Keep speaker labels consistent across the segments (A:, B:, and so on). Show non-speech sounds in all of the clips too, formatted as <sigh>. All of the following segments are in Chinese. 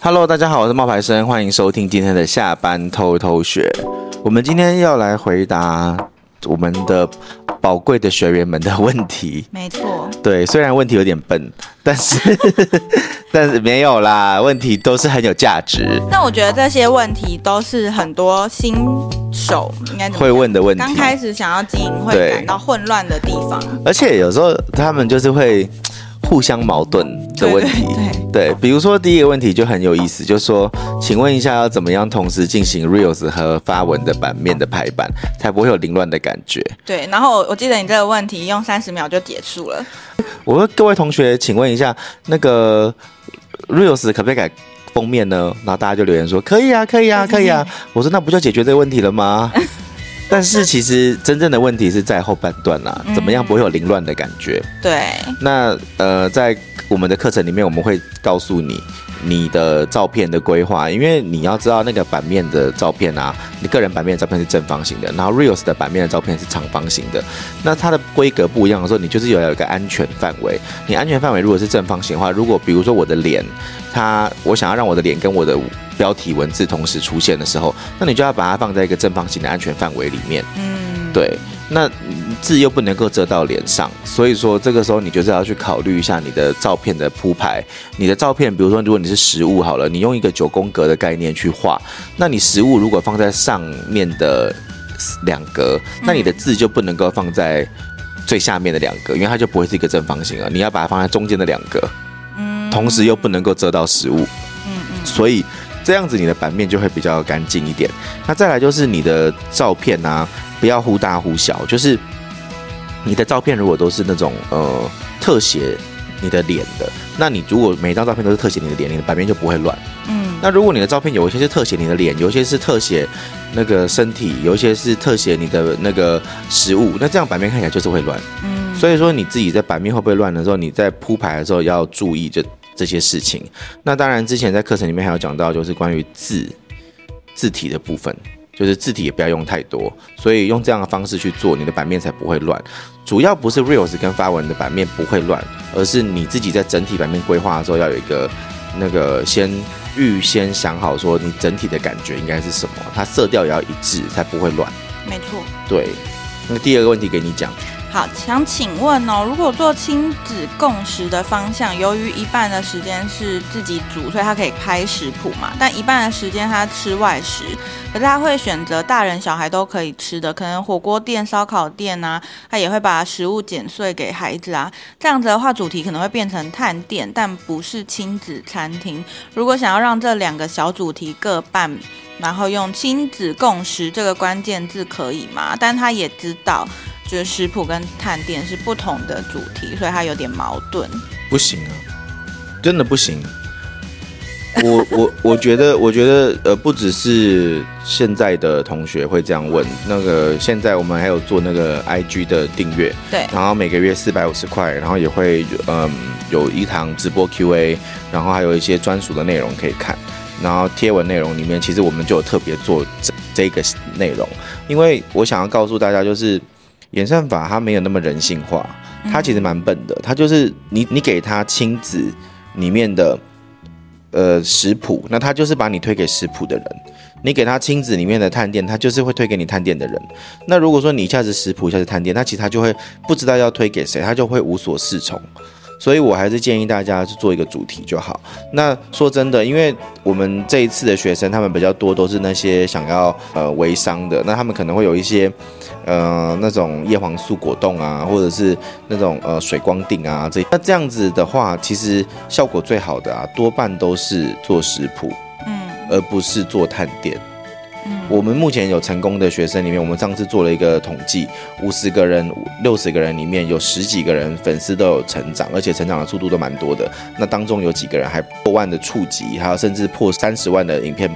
A: Hello，大家好，我是冒牌生，欢迎收听今天的下班偷偷学。我们今天要来回答我们的宝贵的学员们的问题。
B: 没错，
A: 对，虽然问题有点笨，但是 <laughs> 但是没有啦，问题都是很有价值，
B: 但我觉得这些问题都是很多新手应该怎么讲
A: 会问的问题。
B: 刚开始想要经营会
A: 对
B: 感到混乱的地方。
A: 而且有时候他们就是会互相矛盾的问题。
B: 对对
A: 对比如说第一个问题就很有意思，就说，请问一下要怎么样同时进行 reels 和发文的版面的排版，才不会有凌乱的感觉？
B: 对，然后我我记得你这个问题用三十秒就结束了。
A: 我说各位同学，请问一下，那个 reels 可不可以改封面呢？然后大家就留言说可以啊，可以啊，可以啊。我说那不就解决这个问题了吗？ <laughs> 但是其实真正的问题是在后半段啦、啊怎么样不会有凌乱的感觉？
B: 对，
A: 那呃，在我们的课程里面，我们会告诉你你的照片的规划，因为你要知道那个版面的照片啊，你个人版面的照片是正方形的，然后 Reels 的版面的照片是长方形的。那它的规格不一样的时候，你就是有有一个安全范围。你安全范围如果是正方形的话，如果比如说我的脸，它我想要让我的脸跟我的标题文字同时出现的时候，那你就要把它放在一个正方形的安全范围里面。
B: 嗯，
A: 对，那字又不能够遮到脸上，所以说这个时候你就是要去考虑一下你的照片的铺排。你的照片，比如说如果你是实物好了，你用一个九宫格的概念去画，那你实物如果放在上面的两格，那你的字就不能够放在。最下面的两格，因为它就不会是一个正方形了。你要把它放在中间的两格，
B: 嗯
A: 同时又不能够遮到实物。
B: 嗯嗯，
A: 所以这样子你的版面就会比较干净一点。那再来就是你的照片啊，不要忽大忽小，就是你的照片如果都是那种呃特写你的脸的，那你如果每张照片都是特写你的脸，你的版面就不会乱。
B: 嗯
A: 那如果你的照片有一些是特写你的脸，有一些是特写那个身体，有一些是特写你的那个食物，那这样版面看起来就是会乱。
B: 嗯，
A: 所以说你自己在版面会不会乱的时候，你在铺排的时候要注意这这些事情。那当然，之前在课程里面还有讲到，就是关于字字体的部分，就是字体也不要用太多，所以用这样的方式去做，你的版面才不会乱。主要不是 reels 跟发文的版面不会乱，而是你自己在整体版面规划的时候要有一个那个先。预先想好说你整体的感觉应该是什么，它色调也要一致，才不会乱。
B: 没错。
A: 对，那第二个问题给你讲。
B: 好，想请问哦，如果做亲子共识的方向，由于一半的时间是自己煮，所以他可以拍食谱嘛，但一半的时间他吃外食，可是他会选择大人小孩都可以吃的，可能火锅店、烧烤店啊，他也会把食物剪碎给孩子啊。这样子的话，主题可能会变成探店，但不是亲子餐厅。如果想要让这两个小主题各半。然后用亲子共识这个关键字可以吗？但他也知道就是食谱跟探店是不同的主题，所以它有点矛盾。
A: 不行啊，真的不行。我我 <laughs> 我觉得，我觉得呃，不只是现在的同学会这样问，那个现在我们还有做那个 IG 的订阅，
B: 对，
A: 然后每个月四百五十块，然后也会嗯有一堂直播 QA，然后还有一些专属的内容可以看。然后贴文内容里面，其实我们就有特别做这这个内容，因为我想要告诉大家，就是演算法它没有那么人性化，它其实蛮笨的，它就是你你给它亲子里面的呃食谱，那它就是把你推给食谱的人；你给它亲子里面的探店，它就是会推给你探店的人。那如果说你一下子食谱，一下子探店，那其实他就会不知道要推给谁，他就会无所适从。所以我还是建议大家去做一个主题就好。那说真的，因为我们这一次的学生，他们比较多都是那些想要呃微商的，那他们可能会有一些呃那种叶黄素果冻啊，或者是那种呃水光锭啊这。那这样子的话，其实效果最好的啊，多半都是做食谱，
B: 嗯
A: 而不是做探店。
B: 嗯
A: 我们目前有成功的学生里面，我们上次做了一个统计，五十个人、六十个人里面有十几个人粉丝都有成长，而且成长的速度都蛮多的。那当中有几个人还破万的触及，还有甚至破三十万的影片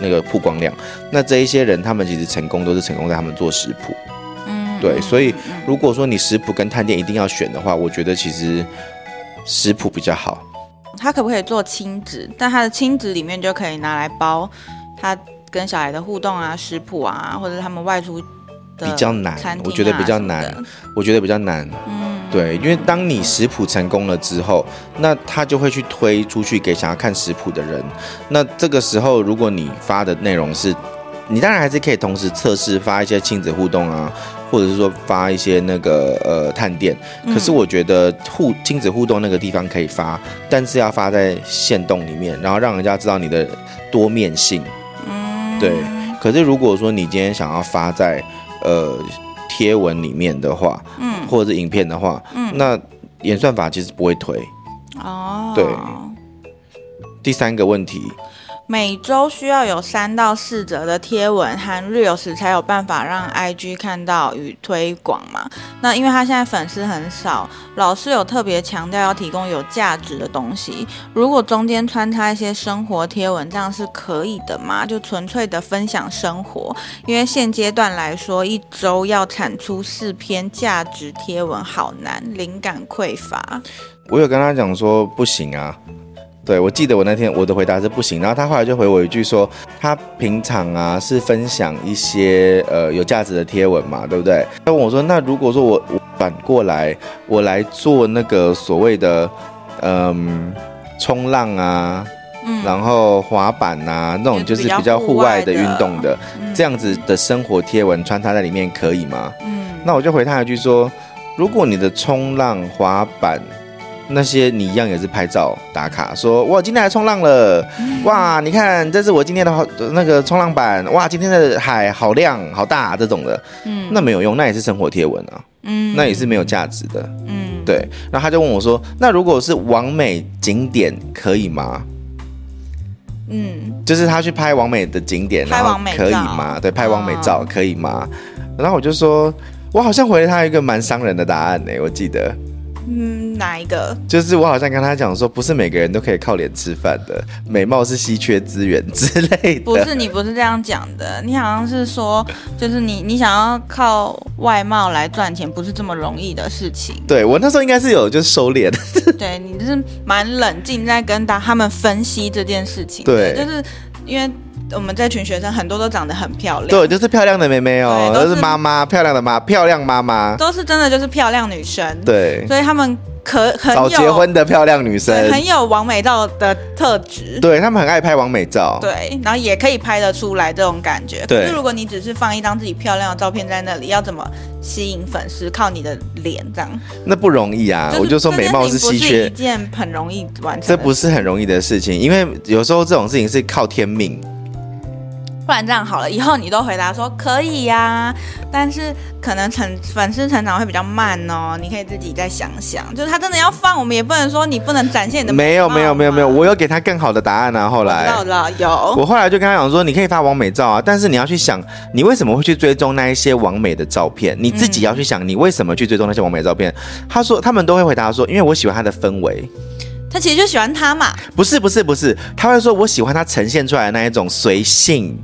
A: 那个曝光量。那这一些人，他们其实成功都是成功在他们做食谱。
B: 嗯
A: 对所以
B: 嗯
A: 如果说你食谱跟探店一定要选的话，我觉得其实食谱比较好。
B: 它可不可以做亲子？但它的亲子里面就可以拿来包它跟小孩的互动啊、食谱啊，或者他们外出的
A: 比较难
B: 餐厅啊
A: 我觉得比较难
B: 什么的
A: 我觉得比较难，
B: 嗯
A: 对，因为当你食谱成功了之后，那他就会去推出去给想要看食谱的人。那这个时候，如果你发的内容是，你当然还是可以同时测试发一些亲子互动啊，或者是说发一些那个呃探店。
B: 嗯
A: 可是我觉得互亲子互动那个地方可以发，但是要发在线动里面，然后让人家知道你的多面性。
B: 嗯，
A: 对可是如果说你今天想要发在呃贴文里面的话，
B: 嗯
A: 或者是影片的话，
B: 嗯
A: 那演算法其实不会推。
B: 哦，
A: 对第三个问题，
B: 每周需要有三到四则的贴文和 reels 才有办法让 IG 看到与推广嘛。那因为他现在粉丝很少，老师有特别强调要提供有价值的东西。如果中间穿插一些生活贴文，这样是可以的吗？就纯粹的分享生活，因为现阶段来说，一周要产出四篇价值贴文好难，灵感匮乏。
A: 我有跟他讲说不行啊。对，我记得我那天我的回答是不行，然后他后来就回我一句说，他平常啊是分享一些呃有价值的贴文嘛，对不对？他问我说，那如果说我我反过来，我来做那个所谓的嗯、冲浪啊，
B: 嗯
A: 然后滑板啊那种就是比较户外的运动的，
B: 嗯
A: 这样子的生活贴文穿插在里面可以吗？
B: 嗯
A: 那我就回他一句说，如果你的冲浪、滑板那些你一样也是拍照打卡，说哇今天来冲浪了，哇你看这是我今天的好那个冲浪板，哇今天的海好亮好大这种的，
B: 嗯
A: 那没有用，那也是生活贴文啊，
B: 嗯
A: 那也是没有价值的。
B: 嗯
A: 对，然后他就问我说，那如果是完美景点可以吗？
B: 嗯。
A: 就是他去拍完美的景点，
B: 拍
A: 然后
B: 完美
A: 可以
B: 照
A: 吗？对，拍完美
B: 哦
A: 照、可以吗？然后我就说，我好像回了他一个蛮伤人的答案呢、我记得
B: 嗯，哪一个？
A: 就是我好像跟他讲说，不是每个人都可以靠脸吃饭的，美貌是稀缺资源之类的。。
B: 不是你不是这样讲的，你好像是说，就是你你想要靠外貌来赚钱，不是这么容易的事情
A: <laughs> 对我那时候应该是有就收敛，
B: 对你就是蛮冷静在跟他他们分析这件事情的。
A: 对
B: 就是因为我们这群学生很多都长得很漂亮，
A: 对，就是漂亮的妹妹哦，
B: 对都
A: 都是
B: 是
A: 妈妈，漂亮的妈，漂亮妈妈，
B: 都是真的就是漂亮女生，
A: 对，
B: 所以他们可很
A: 早
B: 有
A: 结婚的漂亮女
B: 对
A: 生，
B: 很有王美照的特质。
A: 对他们很爱拍完美照，
B: 对，然后也可以拍得出来这种感觉。
A: 哦对
B: 可是如果你只是放一张自己漂亮的照片在那里，要怎么吸引粉丝？靠你的脸这样？
A: 那不容易啊。
B: 就是
A: 我就说美貌
B: 这件事
A: 稀
B: 情
A: 缺
B: 不是一，件很容易完成的事，
A: 这不是很容易的事情，因为有时候这种事情是靠天命。
B: 不然这样好了，以后你都回答说可以呀、但是可能成粉丝成长会比较慢哦，你可以自己再想想。就是他真的要放，我们也不能说你不能展现你的
A: 没有
B: 美貌
A: 没有没有没有，
B: 嘛
A: 我有给他更好的答案啊。后
B: 我知
A: 来
B: 道我知道有，
A: 我后来就跟他讲说，你可以发完美照啊，但是你要去想，你为什么会去追踪那一些完美的照片？你自己要去想，你为什么去追踪那些完美照片？他说他们都会回答说，因为我喜欢他的氛围，
B: 他其实就喜欢他嘛，
A: 不是不是不是，他会说我喜欢他呈现出来的那一种随性。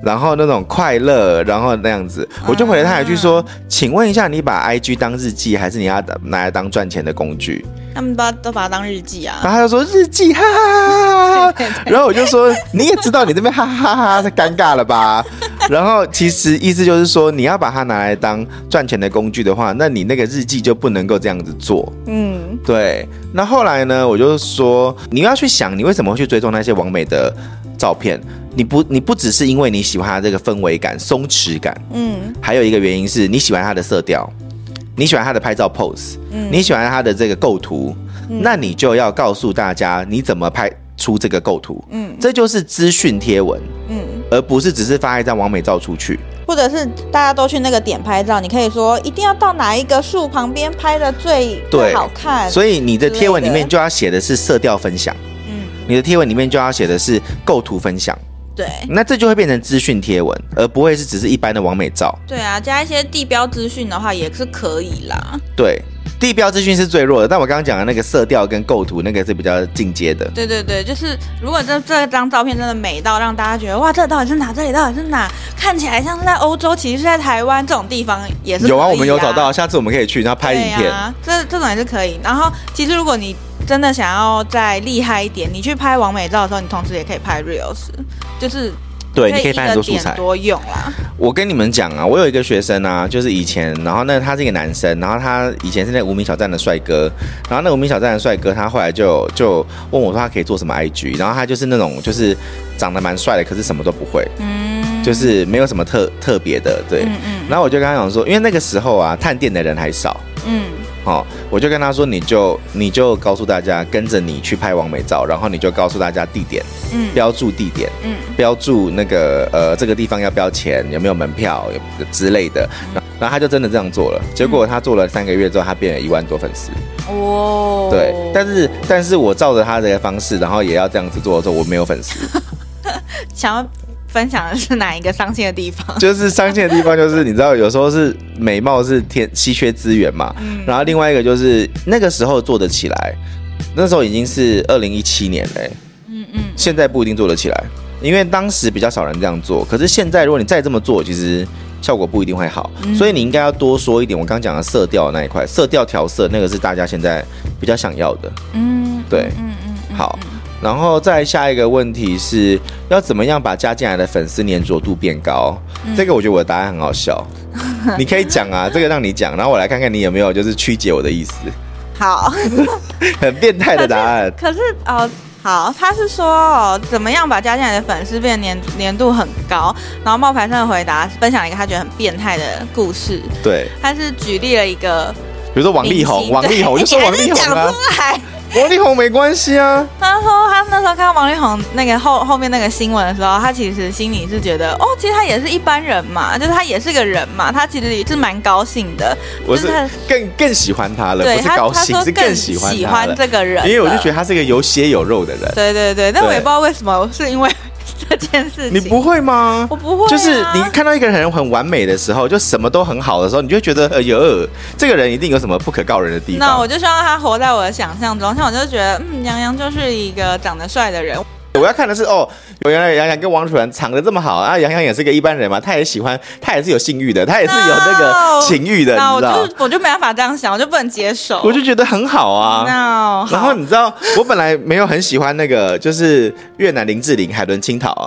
A: 然后那种快乐，然后那样子，我就回了他一句说：“请问一下，你把 I G 当日记，还是你要拿来当赚钱的工具？”
B: 他们都都把他当日记啊。
A: <laughs> 然后他就说日记，哈哈哈哈
B: 对
A: 哈。然后我就说，你也知道你这边哈哈哈哈是尴尬了吧？然后其实意思就是说，你要把它拿来当赚钱的工具的话，那你那个日记就不能够这样子做。
B: <laughs> 嗯
A: 对，那后来呢，我就说你要去想，你为什么会去追踪那些完美的照片？你不，你不只是因为你喜欢它这个氛围感、松弛感，
B: 嗯
A: 还有一个原因是你喜欢它的色调，你喜欢它的拍照 pose，、
B: 嗯
A: 你喜欢它的这个构图，那你就要告诉大家你怎么拍出这个构图，
B: 嗯
A: 这就是资讯贴文，
B: 嗯。
A: 而不是只是发一张完美照出去。
B: 或者是大家都去那个点拍照，你可以说一定要到哪一个树旁边拍的最
A: 对
B: 最好看。以，
A: 所以你的贴文里
B: 哎之类
A: 面
B: 的
A: 就要写的是色调分享，
B: 嗯，
A: 你的贴文里面就要写的是构图分享，
B: 对，
A: 那这就会变成资讯贴文，而不会是只是一般的完美照。
B: 对啊，加一些地标资讯的话也是可以啦。
A: 对，地标资讯是最弱的，但我刚刚讲的那个色调跟构图那个是比较进阶的。
B: 对对对，就是如果这这张照片真的美到让大家觉得哇，这到底是哪？这里到底是哪？看起来像是在欧洲，其实是在台湾这种地方也是可以
A: 有啊，我们有找到，下次我们可以去，然后拍影
B: 对
A: 片。
B: 啊、这这种也是可以。然后其实如果你真的想要再厉害一点，你去拍完美照的时候，你同时也可以拍 reels，就是。
A: 对，你可以
B: 一
A: 翻很多
B: 个
A: 素
B: 点
A: 材。
B: 多用啦。
A: 我跟你们讲啊，我有一个学生啊，就是以前，然后那他是一个男生，然后他以前是那个无名小站的帅哥，然后那个无名小站的帅哥，他后来就就问我说他可以做什么 IG，然后他就是那种就是长得蛮帅的，可是什么都不会，
B: 嗯，
A: 就是没有什么特特别的，对。
B: 嗯嗯
A: 然后我就跟他讲说，因为那个时候啊，探店的人还少，
B: 嗯，
A: 哦，我就跟他说，你就你就告诉大家跟着你去拍完美照，然后你就告诉大家地点，
B: 嗯
A: 标注地点，
B: 嗯
A: 标注那个呃这个地方要不要钱，有没有门票有之类的。然后然后他就真的这样做了，结果他做了三个月之后，他变了一万多粉丝。
B: 哦，
A: 对，但是但是我照着他的方式，然后也要这样子做的时候，我没有粉丝。
B: 想要分享的是哪一个伤心的地方？
A: 就是伤心的地方，就是你知道，有时候是美貌是天稀缺资源嘛，然后另外一个就是那个时候做得起来，那时候已经是二零一七年欸嘞、
B: 嗯嗯
A: 现在不一定做得起来，因为当时比较少人这样做。可是现在，如果你再这么做，其实效果不一定会好。
B: 嗯
A: 所以你应该要多说一点。我刚讲的色调那一块，色调调色那个是大家现在比较想要的。
B: 嗯，
A: 对
B: 嗯嗯嗯，
A: 好，然后再下一个问题是要怎么样把加进来的粉丝粘着度变高？
B: 嗯
A: 这个我觉得我的答案很好
B: <laughs>
A: 笑，你可以讲啊，这个让你讲，然后我来看看你有没有就是曲解我的意思， <laughs>
B: 好。 <laughs>
A: 很变态的答案。
B: 可是哦，好，他是说哦，怎么样把加进来的粉丝变年年度很高？然后冒牌生的回答分享一个他觉得很变态的故事， <laughs>
A: 对，
B: 他是举例了一个
A: 比如说王力
B: 明
A: 宏，
B: 星
A: 王力宏我
B: 对
A: 就说
B: <laughs>
A: 王
B: 你还是
A: 力宏
B: 讲
A: 啊
B: 出，来。
A: 王力宏没关系啊。
B: 他说他那时候看到王力宏那个后后面那个新闻的时候，他其实心里是觉得，哦，其实他也是一般人嘛，就是他也是个人嘛，他其实也是蛮高兴的。
A: 我是
B: 就是他
A: 更更喜欢他了，
B: 对
A: 不是
B: 他
A: 高
B: 他
A: 兴，
B: 说
A: 是
B: 更
A: 喜欢
B: 喜
A: 他
B: 欢
A: 了。
B: 这个人了，
A: 因为我就觉得他是一个有血有肉的人。
B: 对对对，但我
A: 对
B: 也不知道为什么是因为这件事情。
A: 你不会吗
B: 我？不会啊、
A: 就是你看到一个人很完美的时候，就什么都很好的时候，你就会觉得哎呦，这个人一定有什么不可告人的地
B: 那
A: 方。
B: 我就希望他活在我的想象中。像我就觉得，嗯，杨洋就是一个长得帅的人，
A: 我要看的是哦，原来杨洋跟王楚然藏的这么好啊，杨洋也是个一般人嘛，他也喜欢，他也是有性欲的，他也是有那个
B: No
A: 情欲的，
B: 那
A: 你
B: 我
A: 知道
B: 就？我就没办法这样想，我就不能接受。
A: 我就觉得很好啊。
B: 那
A: 然后你知道，我本来没有很喜欢那个，就是越南林志玲、海伦青桃
B: <laughs>
A: 啊。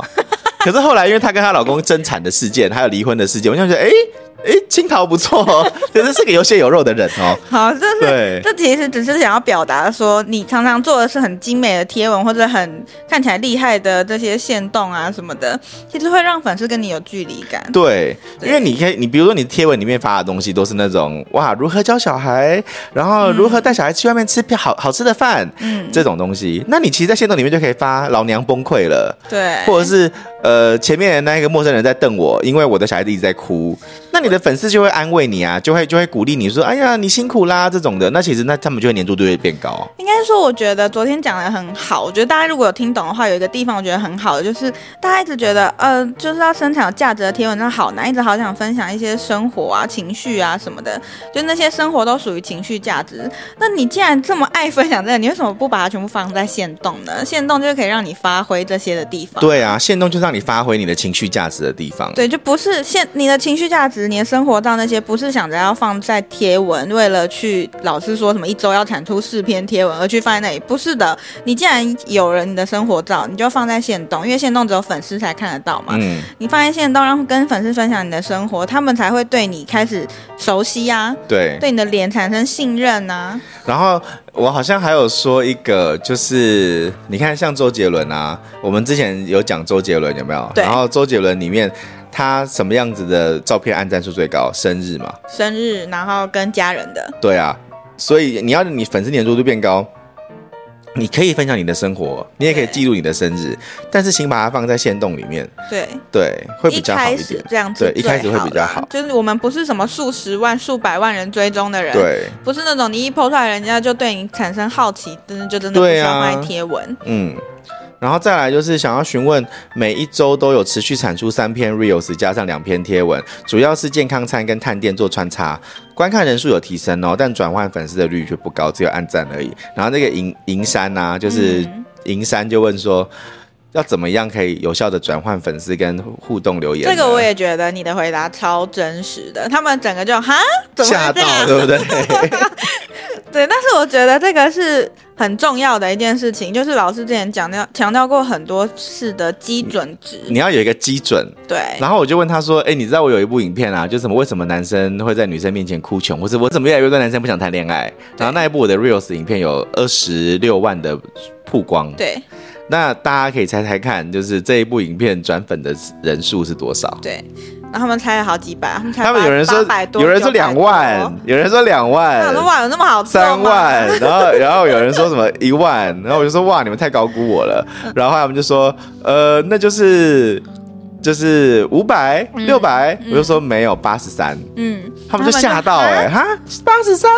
A: 可是后来，因为她跟她老公争产的事件，还有离婚的事件，我就觉得，哎、哎、青桃不错
B: <laughs>
A: 哦，就是是个有血有肉的人哦。
B: 好，这
A: 对
B: 是这其实只是想要表达说，你常常做的是很精美的贴文或者很看起来厉害的这些线动啊什么的，其实会让粉丝跟你有距离感。
A: 对，
B: 对
A: 因为你可以，你比如说你贴文里面发的东西都是那种哇，如何教小孩，然后如何带小孩去外面吃好好吃的饭，
B: 嗯，
A: 这种东西，那你其实，在线动里面就可以发老娘崩溃了。
B: 对，
A: 或者是呃前面的那一个陌生人在瞪我，因为我的小孩子一直在哭，那你的粉丝就会安慰你啊，就会就会鼓励你说，哎呀你辛苦啦这种的，那其实那他们就会粘度就会变高。
B: 应该说，我觉得昨天讲的很好。我觉得大家如果有听懂的话，有一个地方我觉得很好的，就是大家一直觉得，呃，就是要生产有价值的贴文，真的好难，一直好想分享一些生活啊、情绪啊什么的，就那些生活都属于情绪价值。那你既然这么爱分享这个，你为什么不把它全部放在线动呢？线动就是可以让你发挥这些的地方。
A: 对啊，线动就让你发挥你的情绪价值的地方。
B: 对，就不是现你的情绪价值、你的生活照那些，不是想着要放在贴文，为了去老师说什么一周要产出四篇贴文而去放在那里，不是的。你既然有了你的生活照，你就放在线动，因为线动只有粉丝才看得到嘛。
A: 嗯，
B: 你放在线动，然后跟粉丝分享你的生活，他们才会对你开始熟悉呀、
A: 对。
B: 对你的脸产生信任啊呐、
A: 然后我好像还有说一个，就是你看像周杰伦啊，我们之前有讲周杰伦有没有？
B: 对
A: 然后周杰伦里面他什么样子的照片按赞数最高？生日嘛。
B: 生日，然后跟家人的，
A: 对啊，所以你要你粉丝粘着度变高，你可以分享你的生活，你也可以
B: 对
A: 记录你的生日，但是请把它放在线动里面，
B: 对，
A: 对，会比较好
B: 开
A: 一
B: 始
A: 点。
B: 这样子
A: 对一开始会比较好
B: 啦就是我们不是什么数十万、数百万人追踪的人，
A: 对，
B: 不是那种你一抛出来，人家就对你产生好奇，真的就真的不
A: 对
B: 需
A: 啊
B: 要卖贴文。
A: 嗯。然后再来就是想要询问，每一周都有持续产出三篇 reels 加上两篇贴文，主要是健康餐跟探店做穿插，观看人数有提升哦，但转换粉丝的率却不高，只有按赞而已。然后那个银银山啊，就是
B: 嗯
A: 银山就问说，要怎么样可以有效的转换粉丝跟互动留言呢？
B: 这个我也觉得你的回答超真实的，他们整个就哈怎么
A: 吓
B: 会这
A: 到，
B: 样？
A: 对不对？
B: 对，但是我觉得这个是很重要的一件事情，就是老师之前讲到强调过很多次的基准值，
A: <laughs> 你要有一个基准。
B: 对，
A: 然后我就问他说：“哎、你知道我有一部影片啊，就是什么为什么男生会在女生面前哭穷，或是我怎么越来越多男生不想谈恋爱？”然后那一部我的 reels 影片有二十六万的曝光。
B: 对，
A: 那大家可以猜猜看，就是这一部影片转粉的人数是多少？
B: 对。然后他们猜了好几百，他们猜
A: 他们有人说
B: 800多，
A: 有人说两万，有人说两
B: 两
A: 万。
B: 万有那么好做吗
A: 三万，然后然后有人说什么一万，然后我就说哇，你们太高估我了。然后他们就说呃，那就是就是五百
B: 嗯
A: 六百，
B: 嗯
A: 我就说没有八十三，
B: 嗯，
A: 他们就吓到啊哎、欸，
B: 哎，
A: 哈八十三，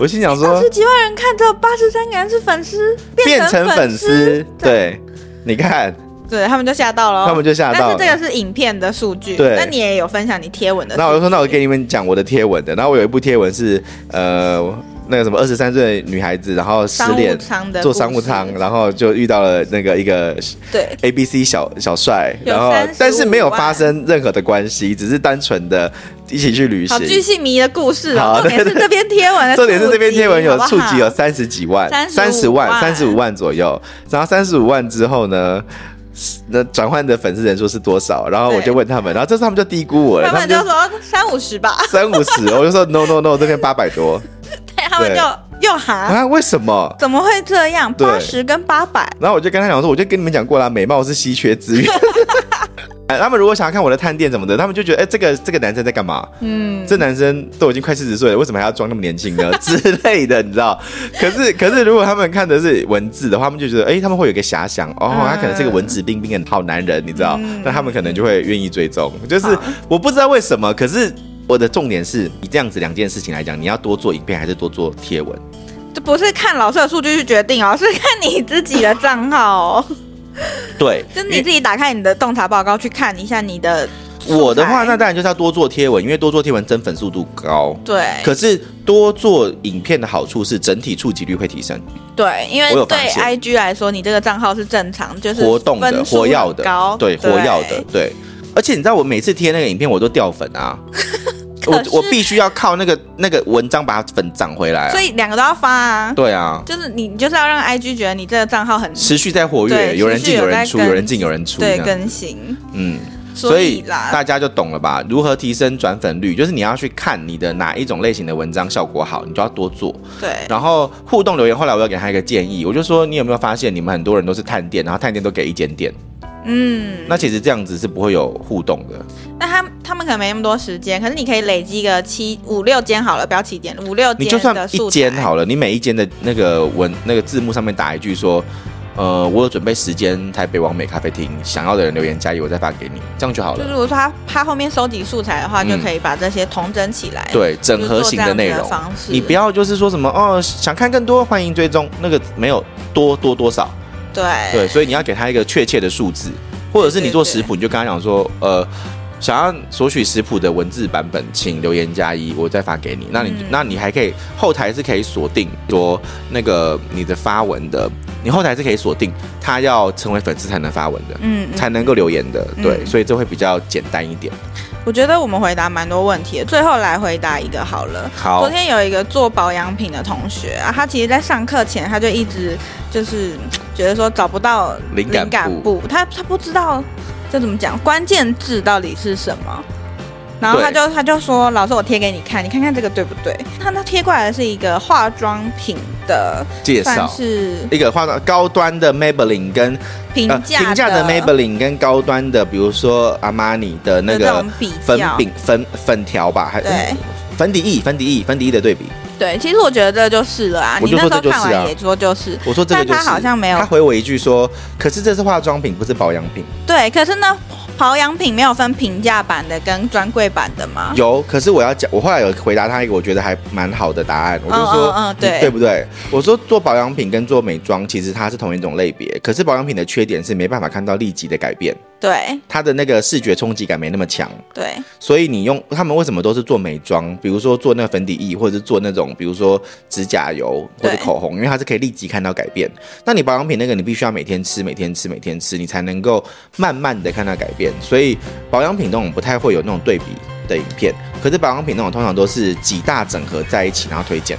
A: 我心想
B: 二
A: 说
B: 十几万人看，只有八十三个人是粉丝，
A: 变成
B: 成
A: 粉
B: 丝，
A: 丝，对，你看
B: 对他们就吓到了哦，
A: 他们就吓到了
B: 但是这个是影片的数据，
A: 对
B: 那你也有分享你贴文的数据，
A: 那我就说，那我给你们讲我的贴文的。然后我有一部贴文是，呃，那个什么二十三岁的女孩子，然后失
B: 商务
A: 恋，
B: 舱的
A: 做
B: 故
A: 商务
B: 事
A: 舱，然后就遇到了那个一个
B: 对
A: A B C 小小帅，
B: 有
A: 然后
B: 35
A: 但是没有发生任何的关系，只是单纯的一起去旅
B: 好
A: 行。
B: 巨细迷的故事哦
A: 好。
B: 重点
A: 对
B: 是
A: 对
B: 这篇贴文的，
A: 重点是这篇贴文有触及有
B: 哦，
A: 三十几万，
B: 35
A: 万、三
B: 万
A: 十五万左右。然后三十五万之后呢，那转换的粉丝人数是多少？然后我
B: 对
A: 就问他们，然后这次他们就低估我了，
B: 他
A: 们
B: 们就说三五十吧， <laughs>
A: 三五十，我就说 no no no，这边八百多
B: 对，他们
A: 对
B: 就又哈，
A: 啊？为什么？
B: 怎么会这样？
A: 对
B: 八十跟八百，
A: 然后我就跟他讲说，我就跟你们讲过啦，美貌是稀缺资
B: <laughs>
A: 源。哎他们如果想要看我的探店什么的，他们就觉得，哎、这个这个男生在干嘛？
B: 嗯，
A: 这男生都已经快四十岁了，为什么还要装那么年轻呢？ <laughs> 之类的，你知道？可是可是，如果他们看的是文字的话，他们就觉得，哎、他们会有一个遐想，哦，
B: 嗯
A: 他可能是个文质彬彬的好男人，你知道？
B: 嗯
A: 那他们可能就会愿意追踪。就是
B: 好
A: 我不知道为什么，可是我的重点是你这样子两件事情来讲，你要多做影片还是多做贴文？
B: 这不是看老师的数据去决定哦， <laughs> 是看你自己的账号哦，
A: 对，
B: 就是你自己打开你的洞察报告去看一下你的素材。
A: 我的话，那当然就是要多做贴文，因为多做贴文增粉速度高。
B: 对
A: 可是多做影片的好处是整体触及率会提升，
B: 对，因为
A: 我有发
B: 对
A: 现
B: IG 来说，你这个账号是正常，就是
A: 活动的、
B: 分数
A: 活药
B: 很
A: 的
B: 高，
A: 对，活药的，对。而且你知道，我每次贴那个影片，我都掉粉
B: <laughs>
A: 啊，我
B: 可是
A: 我必须要靠那个那个文章把粉涨回来、啊
B: 所。以两个都要发啊。
A: 对啊，
B: 就是你你就是要让 IG 觉得你这个账号很
A: 持续在活跃，
B: 对
A: 有人进
B: 持续有
A: 有人
B: 在
A: 出，
B: 更
A: 有人进有人出，
B: 对
A: 这样
B: 更新，
A: 嗯。
B: 所以啦，
A: 大家就懂了吧？如何提升转粉率，就是你要去看你的哪一种类型的文章效果好，你就要多做。
B: 对
A: 然后互动留言，后来我又给他一个建议，我就说你有没有发现你们很多人都是探店，然后探店都给一间店，
B: 嗯，
A: 那其实这样子是不会有互动的。
B: 那他他们可能没那么多时间，可是你可以累积个七五六间好了，不要七间，五六
A: 你
B: 间
A: 就算
B: 的素
A: 一
B: 材
A: 间好了，你每一间的那个文那个字幕上面打一句说，呃，我有准备十间台北完美咖啡厅，想要的人留言加一，我再发给你，这样就好
B: 就
A: 了。
B: 如果说他他后面收集素材的话，
A: 嗯
B: 就可以把这些统整起来，
A: 对，
B: 就
A: 整
B: 是
A: 合
B: 做这
A: 型
B: 样子的
A: 内容，
B: 方式，
A: 你不要就是说什么哦，想看更多欢迎追踪，那个没有多多多少，
B: 对
A: 对，所以你要给他一个确切的数字，或者是你做食谱，你就跟他讲说，呃，想要索取食谱的文字版本，请留言加一，我再发给你。那你、
B: 嗯
A: 那你还可以后台是可以锁定说那个你的发文的，你后台是可以锁定他要成为粉丝才能发文的，
B: 嗯，嗯
A: 才能够留言的。对，
B: 嗯
A: 所以这会比较简单一点。
B: 我觉得我们回答蛮多问题的，最后来回答一个好了。
A: 好
B: 昨，天有一个做保养品的同学啊，他其实在上课前他就一直就是嗯觉得说找不到
A: 灵感
B: 部，他他不知道这怎么讲，关键字到底是什么。然后他就他就说：“老师，我贴给你看，你看看这个对不对？”他那贴过来的是一个化妆品的，
A: 介
B: 算
A: 绍。
B: 是
A: 一个化妆高端的 Maybelline 跟呃
B: 平价
A: 平价的 Maybelline 跟高端的，比如说 Armani 的那
B: 的这
A: 个
B: 种比
A: 粉
B: 较。
A: 饼粉粉条吧，还
B: 对
A: 粉底液，粉底液，粉底液的对比。
B: 对，其实我觉得这就是了啊。
A: 我
B: 你
A: 就
B: 那
A: 说
B: 时候
A: 这就是
B: 看完
A: 啊
B: 也说就是，
A: 我说这个
B: 但
A: 就是，
B: 他好像没有
A: 他回我一句说：“可是这是化妆品，不是保养品。
B: 对。可是呢，保养品没有分平价版的跟专柜版的嘛？
A: 有，可是我要讲，我后来有回答他一个我觉得还蛮好的答案，我就说：“
B: 嗯嗯嗯
A: 你
B: 对
A: 对不对？”我说做保养品跟做美妆其实它是同一种类别，可是保养品的缺点是没办法看到立即的改变，
B: 对
A: 它的那个视觉冲击感没那么强。
B: 对，
A: 所以你用他们为什么都是做美妆，比如说做那个粉底液，或者是做那种比如说指甲油或者
B: 对
A: 口红，因为它是可以立即看到改变。那你保养品那个，你必须要每天吃，每天吃，每天吃，你才能够慢慢的看到改变。所以保养品那种不太会有那种对比的影片，可是保养品那种通常都是几大整合在一起，然后推荐。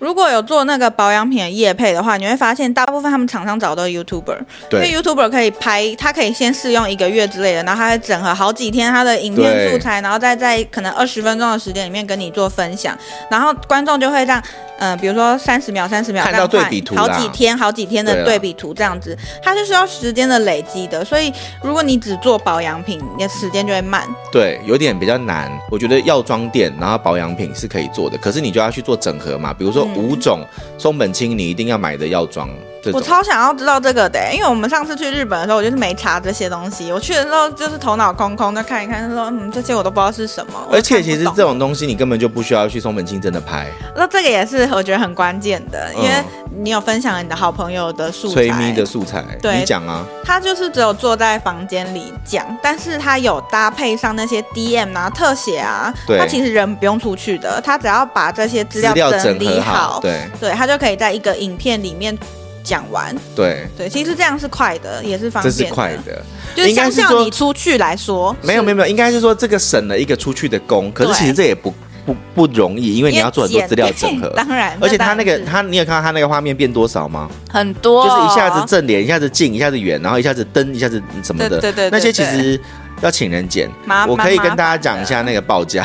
B: 如果有做那个保养品的业配的话，你会发现大部分他们厂商找的都是 YouTuber，因为
A: 对
B: YouTuber 可以拍，他可以先试用一个月之类的，然后他会整合好几天他的影片
A: 对
B: 素材，然后再在可能二十分钟的时间里面跟你做分享，然后观众就会让。呃，比如说三十秒、三十秒，
A: 看到
B: 这样换
A: 对比图啦
B: 好几天、好几天
A: 对
B: 的
A: 啦
B: 对比图这样子，它是需要时间的累积的。所以，如果你只做保养品，你的时间就会慢。
A: 对，有点比较难。我觉得药妆店，然后保养品是可以做的，可是你就要去做整合嘛。比如说
B: 嗯
A: 五种松本清你一定要买的药妆，这
B: 我
A: 种
B: 超想要知道这个的欸、因为我们上次去日本的时候，我就是没查这些东西。我去的时候就是头脑空空，就看一看，就说嗯，这些我都不知道是什么。
A: 而且其实
B: 我都看不
A: 这
B: 懂，
A: 种东西你根本就不需要去松本清真的拍，
B: 那这个也是我觉得很关键的，因
A: 嗯
B: 为你有分享你的好朋友的素材，
A: 催咪的素材，
B: 对
A: 你讲啊，
B: 他就是只有坐在房间里讲，但是他有搭配上那些 DM 啊、特写啊，
A: 对
B: 他其实人不用出去的，他只要把这些
A: 资
B: 资料
A: 料
B: 整
A: 整
B: 理
A: 合好，对
B: 对他就可以在一个影片里面讲完。
A: 对，
B: 对，其实这样是快的，也是方
A: 这
B: 便的。
A: 是快的。
B: 就是
A: 应该
B: 相
A: 是
B: 较
A: 说
B: 你出去来说，
A: 没有没有没有，应该是说这个省了一个出去的工，可是
B: 对
A: 其实这也不不不容易，因为
B: 有
A: 你要做很多资料整合。
B: <laughs> 当然，
A: <laughs> 而且它那个
B: 当然
A: 它，你有看到它那个画面变多少吗？
B: 是很多
A: 就
B: 哦、
A: 是一下子正脸，一下子近，一下子远，然后一下子灯，一下子什么的。
B: 对对对对
A: 那些其实要请人剪。
B: 麻
A: 我可以跟大家
B: 蛮
A: 讲一下那个报价，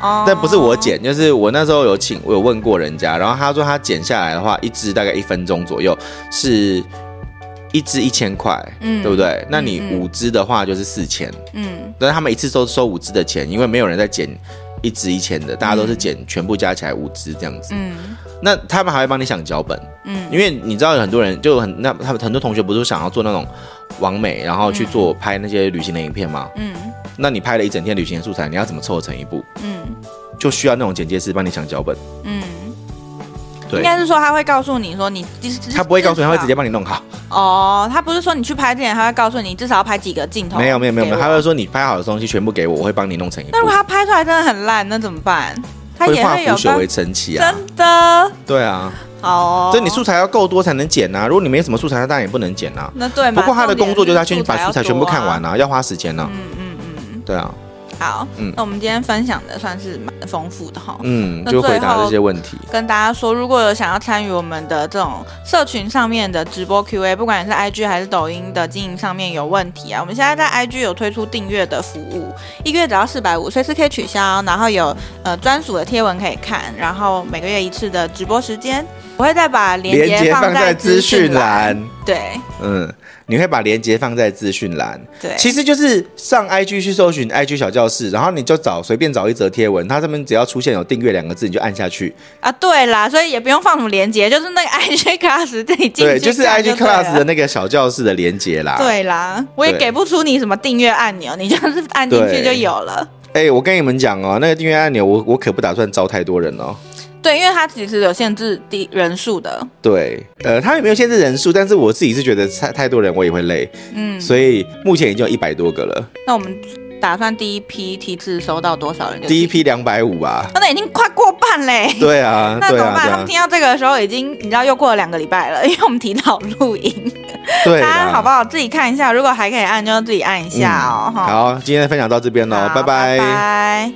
B: 哦
A: 但不是我，剪，就是我那时候有请，我有问过人家，然后他说他剪下来的话，一支大概一分钟左右，是一支一千块，
B: 嗯
A: 对不？对？那你
B: 嗯嗯
A: 五支的话就是四千。
B: 嗯，
A: 但是他们一次收收五支的钱，因为没有人在减一支一千的，大家都是减全部加起来五支这样子。
B: 嗯
A: 那他们还会帮你想脚本，
B: 嗯，
A: 因为你知道有很多人就很那他们很多同学不是想要做那种完美，然后去做拍那些旅行的影片吗？
B: 嗯
A: 那你拍了一整天旅行的素材，你要怎么凑成一部？
B: 嗯
A: 就需要那种剪接师帮你想脚本，
B: 嗯，应
A: 对。
B: 该是说他会告诉你说你，
A: 他不会告诉你，他会直接
B: 至
A: 帮你弄好。
B: 少哦，他不是说你去拍之前他会告诉你至少要拍几个镜头，
A: 没有没有没有没有，
B: 哦给我
A: 他会说你拍好的东西全部给我，我会帮你弄成一部
B: 那。如果他拍出来真的很烂，那怎么办？他
A: 会
B: 也
A: 化
B: 会有
A: 腐朽
B: 办
A: 为神奇啊！
B: 真的
A: 对啊，
B: 好哦，
A: 所以你素材要够多才能剪啊。如果你没什么素材，那当然也不能剪啊。
B: 那对嘛，
A: 不过他的工作就是他去
B: 重点
A: 把素材全部看完
B: 了、
A: 啊，要花时间呢、
B: 嗯嗯嗯，
A: 对啊，
B: 好，
A: 嗯
B: 那我们今天分享的算是蛮丰富的哈。
A: 嗯，
B: 那
A: 就回
B: 最
A: 答
B: 后
A: 这些问题。
B: 跟大家说，如果有想要参与我们的这种社群上面的直播 Q&A，不管是 IG 还是抖音的经营上面有问题啊，我们现在在 IG 有推出订阅的服务，一个月只要四百五，随时可以取消，然后有呃专属的贴文可以看，然后每个月一次的直播时间，我会再把链
A: 连
B: 接
A: 接放
B: 在
A: 在资
B: 讯
A: 讯。栏，
B: 对
A: 嗯，你会把连接放在资讯栏。
B: 对，
A: 其实就是上 IG 去搜寻 IG 小教室，然后你就找随便找一则贴文，它上面只要出现有订阅两个字，你就按下去。
B: 啊，对啦，所以也不用放什么链接，就是那个 IG class 自己进去
A: 对，就是
B: 看就
A: IG
B: 对
A: Class
B: 了
A: 的那个小教室的连接啦。，
B: 啊对啦，我也
A: 对
B: 给不出你什么订阅按钮，你就是按进去
A: 对
B: 就有了。
A: 哎、我跟你们讲哦，那个订阅按钮，我我可不打算招太多人哦。
B: 对，因为它其实有限制第人数的，
A: 对，呃，它也没有限制人数，但是我自己是觉得太太多人我也会累，
B: 嗯，
A: 所以目前已经有一百多个了。
B: 那我们打算第一批梯次收到多少人就？
A: 第一批两百五吧。
B: 哦，那已经快过半嘞。
A: 对啊，
B: <laughs> 那
A: 对
B: 怎么
A: 啊，
B: 办？
A: 对
B: 他们
A: 啊，
B: 听到这个的时候，已经你知道又过了两个礼拜了，因为 <laughs> 我们提早录音。
A: 对啊
B: 大
A: 啦
B: 家好不好？自己看一下，如果还可以按，就自己按一下哦。
A: 嗯
B: 哈
A: 好，今天的分享到这边喽，
B: 好拜拜